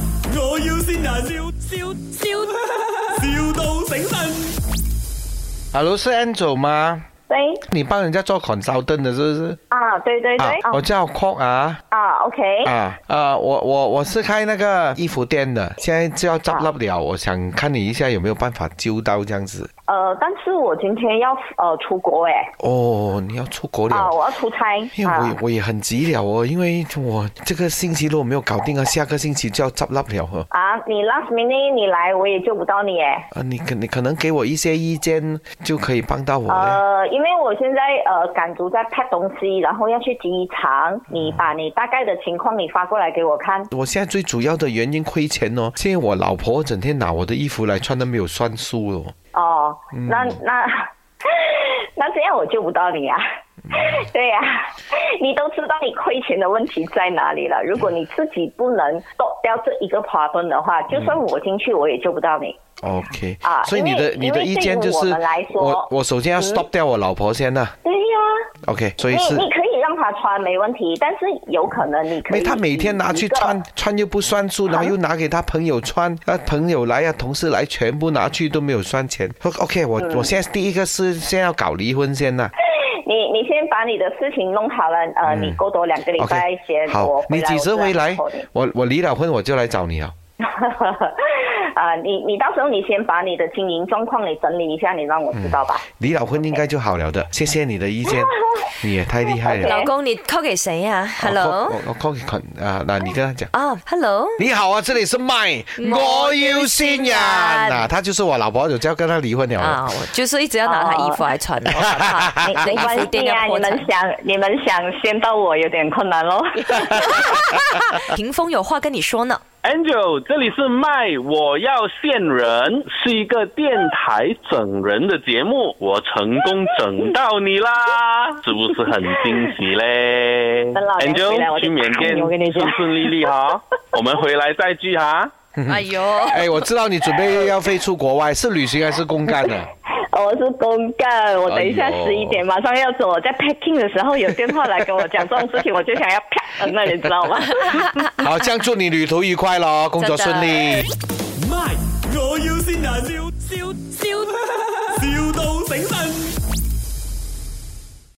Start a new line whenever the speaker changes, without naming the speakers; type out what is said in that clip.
要先人，笑笑笑，,笑到醒神。
Hello，是 Angel 吗？
喂，
你帮人家做 consultant 的，是不是？
啊，对对对，
啊，我叫 c o k 啊
啊，OK，
啊啊，我我我是开那个衣服店的，现在就要 j 立了，我想看你一下有没有办法揪到这样子。
呃，但是我今天要呃出国哎，
哦，你要出国了。
啊，我要出差
因为我
啊
也，我也很急了哦，因为我这个星期如果没有搞定啊，下个星期就要 j 立了哦。
啊，你 last minute 你来我也救不到你哎，
啊，你可你可能给我一些意见，就可以帮到我嘞。
呃，因为我现在呃赶路在 pack 东西，然后要去机场，
嗯
你把你大概的情况你发过来给我看。
我现在最主要的原因亏钱哦，是因为我老婆整天拿我的衣服来穿，都没有算数哦。
哦，那那那这样我救不到你啊。
嗯
对呀、你都知道你亏钱的问题在哪里了。如果你自己不能躲掉这一个 problem 的话，就
嗯
算我进去，我也救不到你。
OK，、
啊
所以你
因为
的你的
因为
意见就
对于
是
我们来说
我我首先要 stop 掉我老婆先呐、
对呀、
OK，所以是
你你可以让他穿没问题，但是有可能你可
没
以
她每天拿去穿，穿又不算数，然后又拿给她朋友穿，啊朋友来啊同事来全部拿去都没有算钱。O- OK，我、我现在第一个是先要搞离婚先呐、
你你先把你的事情弄好了，呃，你过多两个礼
嗯 OK，
拜先我
好，你几时回来
我再 call 你？
我我离了婚我就来找你啊。
啊，你你到时候你先把你的经营状况你整理一下，你让我知道吧。
离了婚应该就好了的。谢谢你的意见，你也太厉害了。
老公，你 call 给谁呀、h e l l
我
o
我我哦 call 你啊，那你跟他讲。
哦、h e l l o
你好啊，这里是麦，我要新人啊，她就是我老婆，就要跟她离婚了
啊。，我就是一直要拿他衣服来穿，我很怕
没没
你的衣服
关
一定
系啊，
要
你
破
们
产。
想你们想先到我有点困难咯。
屏风有话跟你说呢，
Angel，这里是麦，我要现人，是一个电台整人的节目，我成功整到你 啦，是不是很惊喜嘞
等老娘回来我
？Angel
就
去缅甸
打你我跟你讲
顺顺利利哈，我们回来再聚哈。
哎呦，
哎，我知道你准备要飞出国外，是旅行还是公干啊 呢？
我是公干，我等一下
哎呦
十一点马上要走，我在 packing 的时候有电话来跟我讲这种事情，我就想要啪，那你知道吗？
好，这样祝你旅途愉快咯，工作顺利。
卖，我要先人，笑